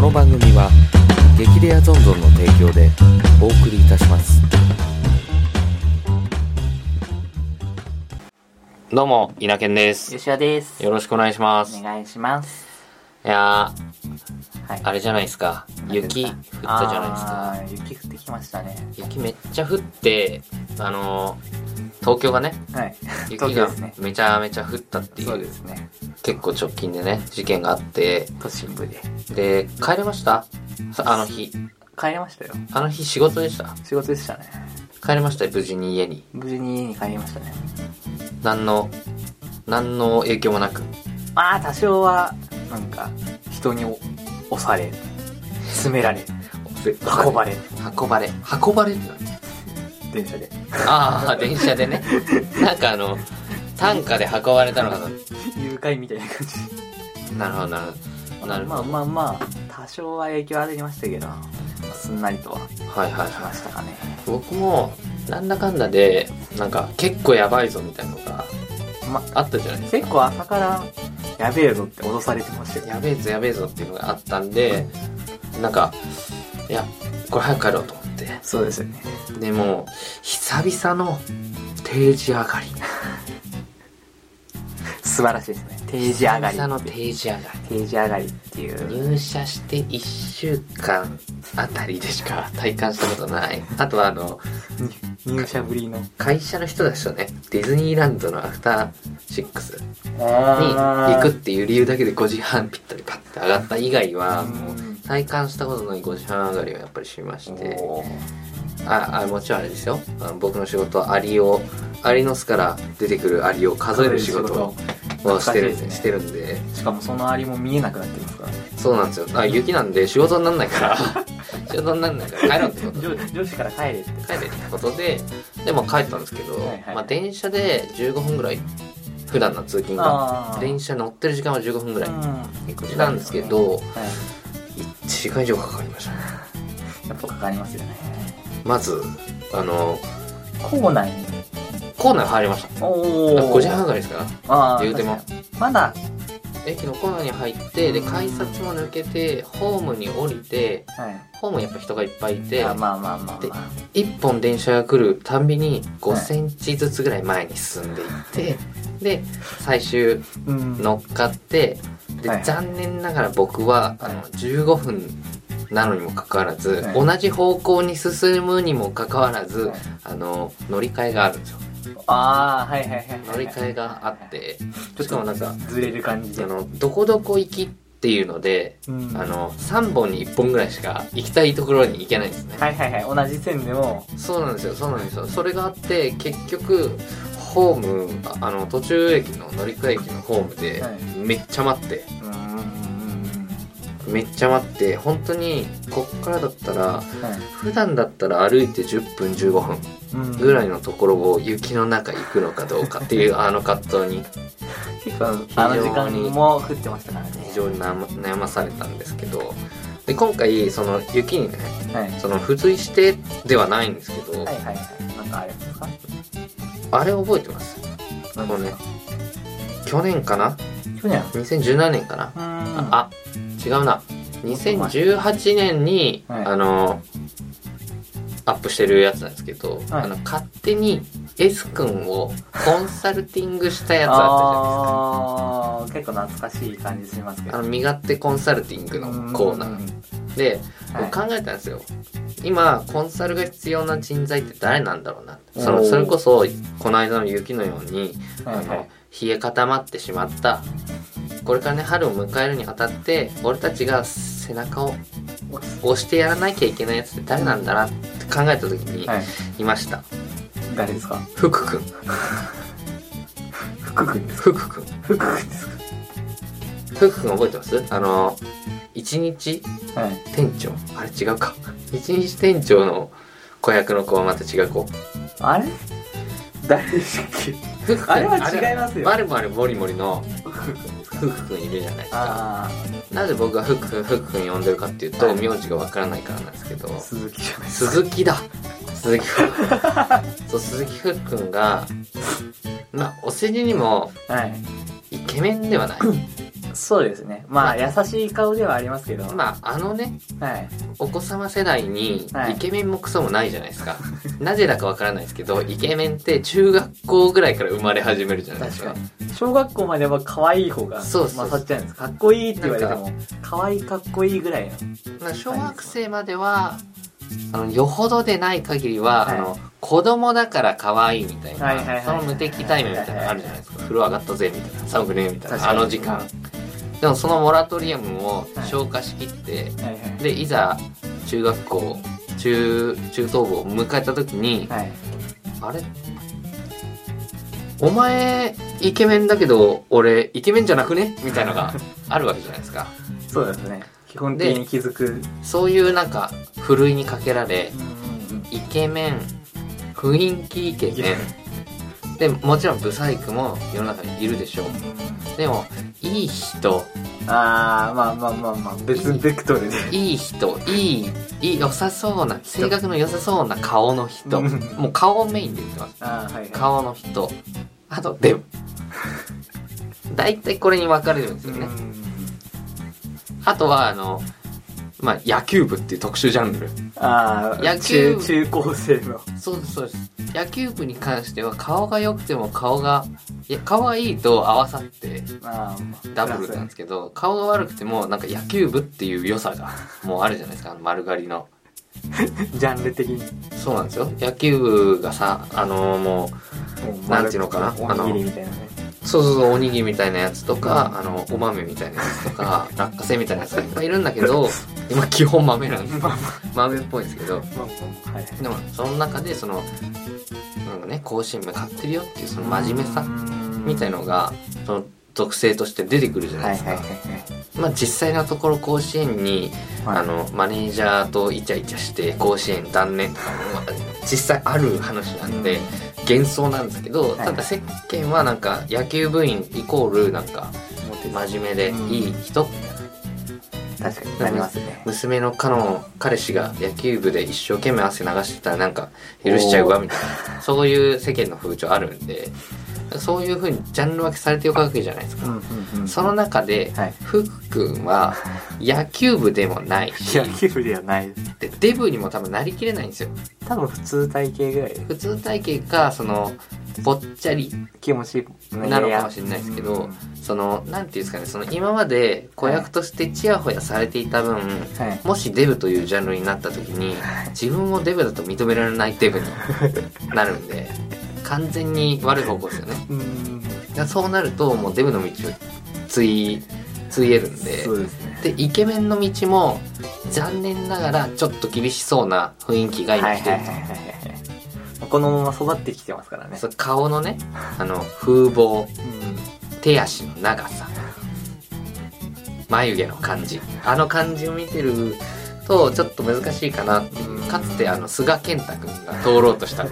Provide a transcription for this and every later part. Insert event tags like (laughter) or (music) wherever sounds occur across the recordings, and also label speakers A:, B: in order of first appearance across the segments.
A: の番組は激レアゾンゾンの提供でお送りいたしますどうも稲健です
B: 吉田です。
A: よろしくお願いします
B: お
A: い
B: 願いします。
A: や
B: はい
A: ーあれじゃないですか雪降ったじゃ
B: ないですか。あー雪降ってきましたね。
A: ないですか雪めっちゃ降ってあのー東京がね
B: はい。東
A: 雪
B: 京
A: が
B: ですね。
A: めちゃめちゃ降ったってい
B: そ
A: う
B: うですね。
A: 結構直近でね事件があって
B: 都心部で
A: で帰れましたさあの日
B: 帰りましたよ。
A: あの日仕事でした
B: 仕事でしたね。
A: 帰りました無事に家に
B: 無事に家に帰りましたね。
A: 何の何の影響もなく
B: まあ多少はなんか人に押され、詰められ、運ばれ、
A: 運ばれ運ばれって何
B: 電車で。
A: ああ電車で
B: (laughs)
A: ねなんかあの単価で運ばれたのか
B: 誘拐みたいな感じ。
A: ななるほどなるほどなるほ
B: まあまあまあ多少は影響は出ましたけど、すんなりとは
A: どはいはい
B: 来
A: は
B: ましたかね。
A: い僕もなんだかんだでなんか結構やばいぞみたいなのが
B: ま
A: あったじゃないですか
B: 結構朝からやべえぞって脅されてましたよ。
A: やべえぞやべえぞっていうのがあったんでなんかいやこれ早く帰ろうと思って
B: そうですよね。
A: でも久々の定時上がり
B: 素晴らしいですね。定時上がり。
A: 久々の定時上が
B: 定時上がりっていう。
A: り入社して1週間あたりでしか (laughs) 体感したことないあとはあの
B: 入社ぶりの。
A: 会社の人たちとねディズニーランドのアフターシックスに
B: あ
A: 行くっていう理由だけで5時半ぴったりパッて上がった以外はもう
B: う
A: 体感したことのない5時半上がりをやっぱりしまして
B: おー
A: ああもちろんあれですよあの僕の仕事はアリをアリの巣から出てくるアリを数える仕事をしてるんで
B: 難しいですね
A: してるんで
B: しかもそのアリも見えなくなってますからね
A: そうなんですよあ雪なんで仕事になんない (laughs) から仕事になんないから帰ろうってことで
B: 上上司から帰れって
A: 帰れってことででも帰ったんですけど、
B: はいはい
A: まあ、電車で15分ぐらい普段の通勤が
B: あー
A: 電車乗ってる時間は15分ぐらい
B: うん
A: なんですけど、1
B: は
A: 時間以上かかりましたね
B: い、やっぱかかりますよね
A: まずあの
B: 校内に
A: コーナー入りました
B: おー
A: 5時半ぐらいですか
B: あー
A: 言うても
B: 確かにまだ
A: 駅のコーナーに入ってで
B: うん
A: 改札も抜けてホームに降りて
B: はい
A: ホームやっぱ人がいっぱいいて
B: あまあまあまあ
A: で
B: まあ
A: 1本電車が来るたんびに5
B: はい
A: センチずつぐらい前に進んでいって、で最終
B: うん
A: 乗っかってで、
B: はい
A: 残念ながら僕はあの
B: は
A: 15分なのにもかかわらず、
B: はい
A: 同じ方向に進むにもかかわらず、
B: はい
A: あの乗り換えがあるんですよ
B: ああはいはいはいはい
A: 乗り換えがあってしかもなんか
B: ずれる感じ
A: あ
B: で
A: のどこどこ行きっていうので
B: うん
A: あの3本に1本ぐらいしか行きたいところに行けないんですね、
B: はいはいはい同じ線でも
A: そうなんですよそうなんですよそれがあって結局ホームああの途中駅の乗り換え駅のホームで
B: はい
A: めっちゃ待って
B: うんうんうん
A: めっちゃ待って本当にこっからだったら
B: うんはい
A: 普段だったら歩いて10分15分
B: うん
A: ぐらいのところを雪の中行くのかどうかって
B: (laughs)
A: いうあの葛藤に
B: 結構あの時間も降ってましたからね
A: 非常に悩ま悩まされたんですけどで今回その雪にね
B: はい、
A: その付随してではないんですけど、
B: はいはいはいなんかあれですか
A: あれ覚えてますこのね去年かな
B: 去年
A: 2017年かな、
B: うーん
A: あ違うな2018年に、
B: はい
A: あのアップしてるやつなんですけど、
B: はい
A: あの勝手に S 君をコンサルティングしたやつあっ
B: あー結構懐かしい感じします
A: た
B: け
A: じゃんあの
B: ど
A: 身勝手コンサルティングのコーナー
B: ー
A: で、
B: はい
A: 僕考えたんですよ今コンサルが必要な人材って誰なんだろうな
B: おー
A: そのそれこそこの間の雪のように
B: は
A: あ
B: いはい
A: の冷え固まってしまったこれからね春を迎えるにあたって俺たちが背中を押してやらなきゃいけないやつって誰なんだなって考えた時に
B: はい
A: いました、
B: 誰ですか
A: 福君
B: 福君です
A: 福君
B: 福君ですか
A: 福君覚えてますあの一日
B: はい
A: 店長あれ違うか一日店長の子役の子はまた違う子
B: あれ誰でしたっけ
A: 福君
B: あれは違いますよ
A: バルバルモリモリの
B: 福君ですか
A: 福君いるじゃないですか
B: あ
A: なぜ僕が福君福君呼んでるかっていうと
B: はい
A: 名字がわからないからなんですけど
B: あ鈴木じゃないですか
A: 鈴木だ鈴木福
B: (laughs)
A: そう鈴木福君がまあお世辞にも
B: はい
A: イケメンではない
B: そうですね。まあ、優しい顔ではありますけど。
A: まああのね
B: はい。
A: お子様世代に
B: はい
A: イケメンもクソもないじゃないですか、なぜだかわからないですけどイケメンって中学校ぐらいから生まれ始めるじゃないで
B: 確
A: す
B: か
A: か
B: に。小学校までは可愛い方が
A: そう
B: 勝
A: そう
B: っちゃうんです。かっこいいって言われても、可愛いかっこいいぐらいの。
A: まあ小学生まではあのよほどでない限りは、
B: はい
A: あの子供だから可愛いみたいな、
B: はいはいはい
A: その無敵タイムみたいなのあるじゃないですか、風呂上がったぜみたいな寒くねみたい
B: 確
A: な
B: か
A: あ
B: に
A: の時間でもそのモラトリアムを
B: はい
A: 消化しきって、
B: はいはい。
A: でいざ中学校中中等部を迎えた時に、
B: はい。
A: あれお前イケメンだけど俺イケメンじゃなくねみたいなの
B: (laughs)
A: があるわけじゃないですか
B: そうですね。基本的に気づく。
A: そういうなんかふるいにかけられ
B: うんうん
A: イケメン雰囲気イケメンでもちろんブサイクも世の中にいるでしょう
B: うん
A: でもいい人
B: ああ、まあまあまあまあ、別ベクトルで。
A: いい人いいいい良さそうな性格の良さそうな顔の人
B: うん
A: もう顔をメインで言ってます
B: ああ、はいはい。
A: 顔の人あとデブ大体これに分かれるんですよね、あとはあの、まあ、野球部っていう特殊ジャンル
B: ああ、
A: 野球
B: 中、中高生の。
A: そうですそうです野球部に関しては顔が良くても顔がいや顔がいいと合わさって
B: まあ、
A: ダブルなんですけど顔が悪くてもなんか野球部っていう良さがもうあるじゃないですかあの丸刈りの
B: ジャンル的に。
A: そうなんですよ野球部がさあのもなんていうのかな
B: おにぎりみたいなね。
A: うそうそうそうおにぎりみたいなやつとかあのお豆みたいなやつと
B: (laughs)
A: か落花生みたいなやつがいっぱいいるんだけど今基本豆なんです
B: まあ
A: 豆っぽいんですけど
B: まあまあ、はい。
A: でもその中でそのなんかね甲子園向かってるよっていうその真面目さみたいのがその属性として出てくるじゃない
B: はい
A: ですか、
B: はいはい
A: まあ、実際のところ甲子園に、
B: はい。
A: あのマネージャーとイチャイチャして甲子園断念とかもまあ実際ある話なんで、幻想なんですけど、
B: はい
A: ただ世間はなんか野球部員イコールなんか
B: 持って
A: 真面目でいい人、
B: 確かになりますね。
A: 娘の彼の彼氏が野球部で一生懸命汗流してたらなんか許しちゃうわみたいなそういう世間の風潮あるんでそういうふうにジャンル分けされておくわけじゃないですか、
B: うんうんうん。
A: その中で、
B: はい
A: 福君は野球部でもないし
B: 野球部ではない。
A: でデブにも多分なりきれないんですよ
B: 多分普通体型ぐらいで
A: 普通体型かそのぽっちゃり
B: 気持ち
A: なのかもしれないですけど
B: うん
A: そのなんていうんですかねその今まで子役としてちやほやされていた分、
B: はい。
A: もしデブというジャンルになった時に自分をデブだと認められないデブになるんで完全に悪い方向ですよね
B: うん。
A: だからそうなるともうデブの道をついついえるんで
B: そうですね。
A: でイケメンの道も残念ながらちょっと厳しそうな雰囲気が
B: はい
A: 今
B: はい
A: 来て
B: は
A: る
B: い
A: と、
B: はいはい。このまま育ってきてますからね。
A: そう顔のねあの風貌
B: うん
A: 手足の長さ眉毛の感じあの感じを見てるとちょっと難しいかなっていうかつてあの菅健太君が通ろうとした道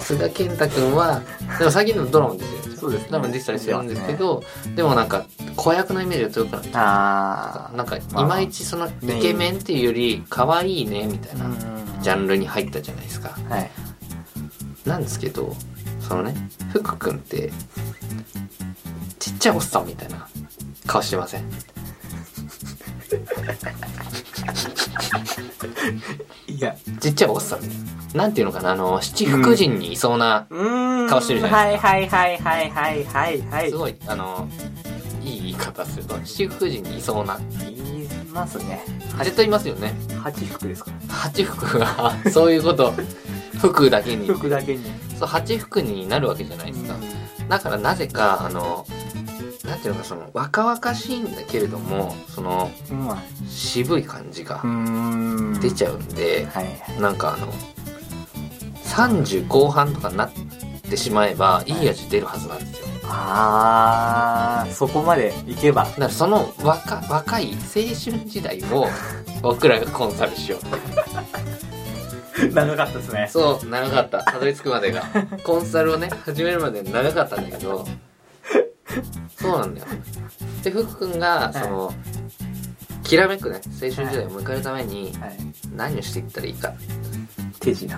A: 菅健太君はでも最近のドラマに出てるんですよ
B: そうですね
A: ドラマに出てたりするんですけどでもなんか子役のイメージが強くなって
B: あ
A: なんかいまいちそのイケメンっていうより可愛いねみたい
B: ー
A: な
B: うん
A: ジャンルに入ったじゃないですか
B: はい。
A: なんですけどそのね福君ってちっちゃいおっさんみたいな顔してません
B: いや。
A: ちっちゃいおっさんみたいななんていうのかなあの七福神にいそうな、
B: うん。
A: 顔してるじゃないです
B: か。はいはいはいはいはいはい
A: す
B: は。
A: ごいあのいい言い方すると七福神にいそうない
B: 言いますね。
A: 絶対いますよね
B: 八服ですか
A: 八福がそういうこと福だけに
B: 服だけに。
A: そう八福になるわけじゃないですか、だからなぜかあのなんていうのかその若々しいんだけれどもその
B: うんまあ
A: 渋い感じが
B: ん
A: 出ちゃうんで、
B: はい。
A: なんかあの30後半とかになってしまえばいい味出るはずなんですよ
B: あー、そこまで行 (laughs) けば。
A: だからその若若い青春時代を (laughs) 僕らがコンサルしよう
B: 長かったですね。
A: そう長かったたどり着くまで (laughs) がコンサルをね始めるまで長かったんだけどそうなんだよで福君がその、きらめくね青春時代を迎えるために
B: はい。
A: 何をしていったらいいか
B: 手品。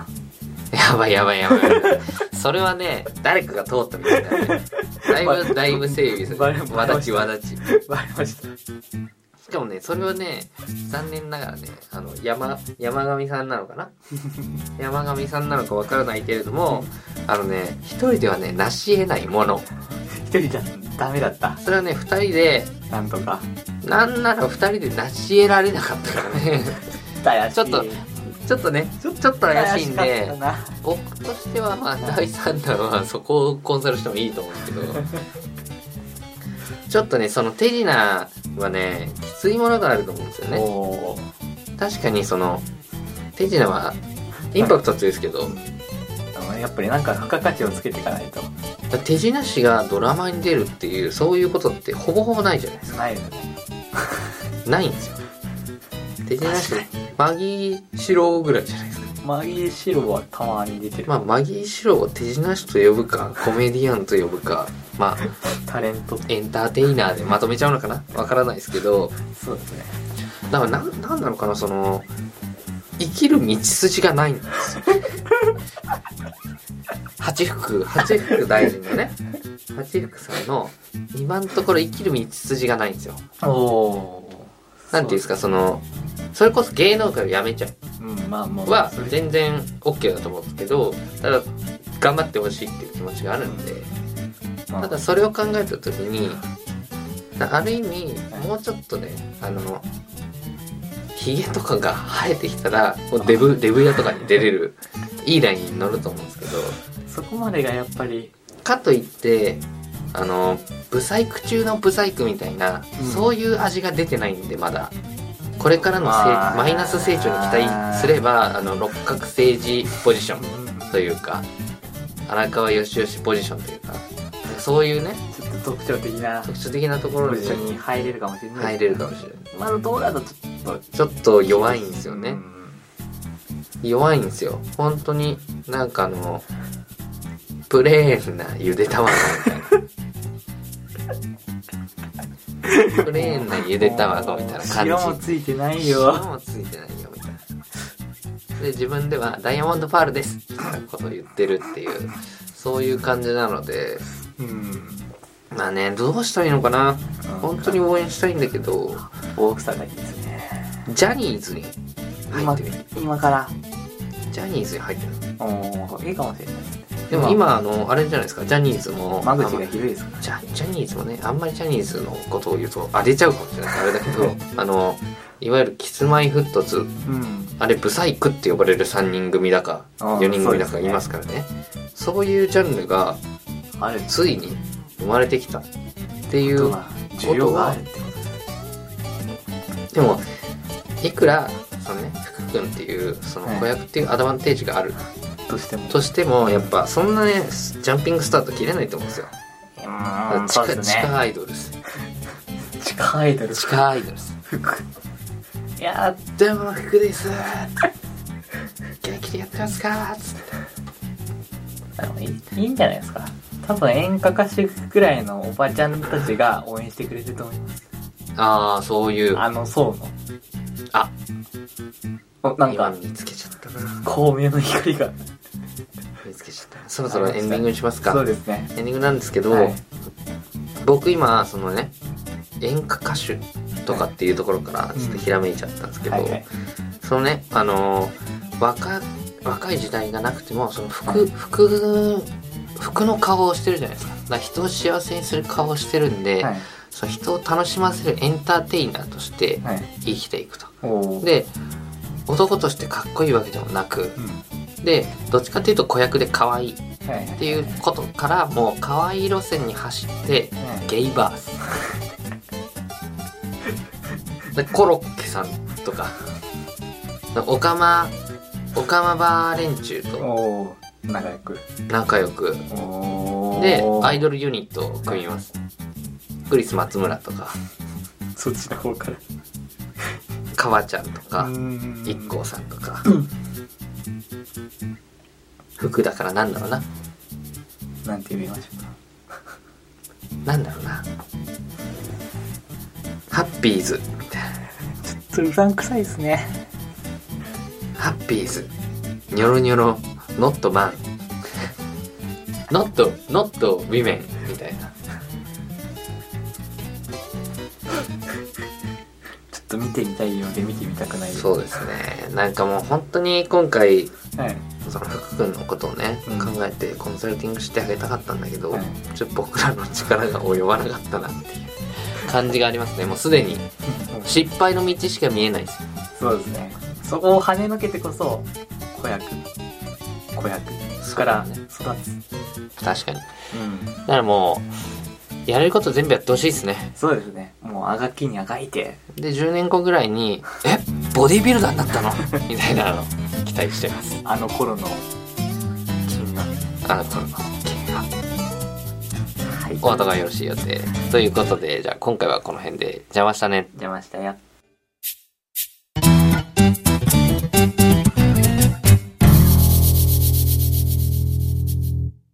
A: やばいやばいやばい。それはね、誰かが通ったみたいだね。だいぶだいぶ整備する
B: バレバレ
A: わだちわだち
B: バレました。
A: しかもねそれをね残念ながらねあの山山上さんなのかな山上さんなのかわからないけれどもあのね一人ではね成し得ないもの
B: 一人じゃダメだった。
A: それはね二人で
B: なんとか。
A: なんなら二人で成し得られなかったからね
B: 怪しい。
A: ちょっとちょっとねちょっと怪しいん
B: 怪し
A: で
B: かったな
A: 僕としてはまあ第3弾はそこをコンサルしてもいいと思うんです (laughs) けどちょっとねその手品はねきついものがあると思うんですよね
B: おー
A: 確かにその手品はインパクト強いですけど
B: あのやっぱりなんか付加価値をつけていかないと。
A: 手品師がドラマに出るっていうそういうことってほぼほぼないじゃないです
B: ないよね。
A: かないんですよ手品師マギー四郎ぐらいじゃないですか
B: マギーシロはたまに出てる。
A: まあマギー四郎を手品師と呼ぶかコメディアンと呼ぶかまあ
B: タレントって。
A: エンターテイナーでまとめちゃうのかなわからないですけど
B: そうですね。
A: だからなんなんなのかなその生きる道筋がないんですよ八福八福大臣のね八福さんの今のところ生きる道筋がないんですよ
B: おお。
A: なんていうんですかそのそれこそ芸能界を辞めちゃ
B: うん、まあもう。
A: うは
B: それ
A: 全然 OK だと思うんですけどただ頑張ってほしいっていう気持ちがあるんで
B: まあ
A: ただそれを考えた時になある意味もうちょっとねあのヒゲとかが生えてきたらもうデ
B: (laughs)
A: ブデブ屋とかに出れるいいラインに乗ると思うんですけど
B: そこまでがやっぱり、
A: かといってあのブサイク中のブサイクみたいな、
B: うん
A: そういう味が出てないんでまだこれからのせい
B: まあ
A: マイナス成長に期待すればあの六角政治ポジションというか荒川よしよしポジションというかそういうね
B: ちょっと特徴的な
A: 特徴的なところ
B: ポ
A: に
B: ジションに入れるかもしれない。
A: 入れるかもしれない
B: 今のところだとちょっと
A: ちょっと弱いんですよ
B: う
A: ね
B: ん
A: 弱いんですよ本当になんかあのプレーンなゆで卵みたいなプレーンなゆで卵みたいな感じ
B: 塩もついてない
A: 塩
B: よ
A: もついてないよみたいなで自分ではダイヤモンドパールですみたいなことを言ってるっていうそういう感じなので
B: うん
A: まあねどうしたらいいのかな本当に応援したいんだけど
B: 大きさがいいですね
A: ジャニーズに入
B: 今
A: ってみる
B: 今から
A: ジャニーズに入ってみる
B: おーいいかもしれない
A: でも今あのあれじゃないですかジャニーズも
B: 間口
A: あ
B: が
A: の
B: 広いですか
A: ジャジャニーズもねあんまりジャニーズのことを言うとあ出ちゃうかもしれないあれだけどあのいわゆるキスマイフットズ
B: らうん
A: あれブサイクって呼ばれる3人組だか
B: あー
A: 4人組だ
B: そ
A: か
B: うです
A: い
B: ね
A: ますからねそういうジャンルが
B: ある
A: ついに生まれてきたってい
B: と
A: う
B: は需要があるってこと
A: でもいくらそのね福君っていうその
B: はい
A: 子役っていうアドバンテージがある
B: としても
A: としてもやっぱそんなねジャンピングスタート切れないと思うんですよ
B: う
A: だか
B: ー
A: ら
B: ん
A: 地
B: そう
A: 下
B: で
A: 地
B: すね
A: 下アイドルです
B: 地下アイドル
A: 地下アイドルです
B: 服いや
A: どうも福です (laughs) 元気でやってますかつって
B: ーあのいいいいんじゃないですか多分演歌歌手くらいのおばちゃんたちが応援してくれてると思います
A: ああそういう
B: あの層の
A: あ
B: おなん
A: 今
B: か
A: 見つけちゃったな
B: 光明の光が
A: 見つけちゃったそろそろエンディングにしますか
B: そうですね
A: エンディングなんですけど、
B: はい
A: 僕今そのね演歌歌手とかっていうところからちょっとひらめいちゃったんですけど、
B: はいはい
A: そのねあのー若若い時代がなくてもその服服服の顔をしてるじゃないですかだから人を幸せにする顔をしてるんで、
B: はい
A: その人を楽しませるエンターテイナーとして
B: はい
A: 生きていくと。
B: おー
A: で男としてかっこいいわけでもなく
B: うん
A: でどっちかっていうと子役で可愛いっ
B: はいはいって
A: いうことからもう可愛い路線に走ってゲイバー
B: (laughs)
A: スでコロッケさんとかオカマオカマバー連中と
B: おお仲良く
A: 仲良く
B: おー
A: でアイドルユニットを組みますクリス松村とか
B: そっちの方から
A: かわちゃんとか
B: うん
A: 一 k さんとか、服だからなんだろうな
B: なんて呼びましょ
A: なんだろうなハッピーズみたいな
B: うかちょっとうさんくさいですね
A: ハッピーズニョロニョロノットマンノットノットウィメンみたいな
B: と見てみたいようで見てみたくないよ
A: そうですねなんかもう本当に今回
B: はい
A: その福君のことをね、
B: うん
A: 考えてコンサルティングしてあげたかったんだけど、
B: はい
A: ちょっと僕らの力が及ばなかったなっていう感じがありますねもうすでに失敗の道しか見えないです
B: そうですねそこを跳ねのけてこそ子役子役そこから育つ
A: 確かに
B: うん
A: だからもうやれること全部やってほしいですね
B: そうですねもうあがきにあがいて
A: で10年後ぐらいに「えボディービルダーになったの?」みたいなの期待してます
B: あの頃の君は
A: あの頃の君は
B: はい
A: お後がよろしいようでということでじゃあ今回はこの辺で邪魔したね
B: 邪魔したよ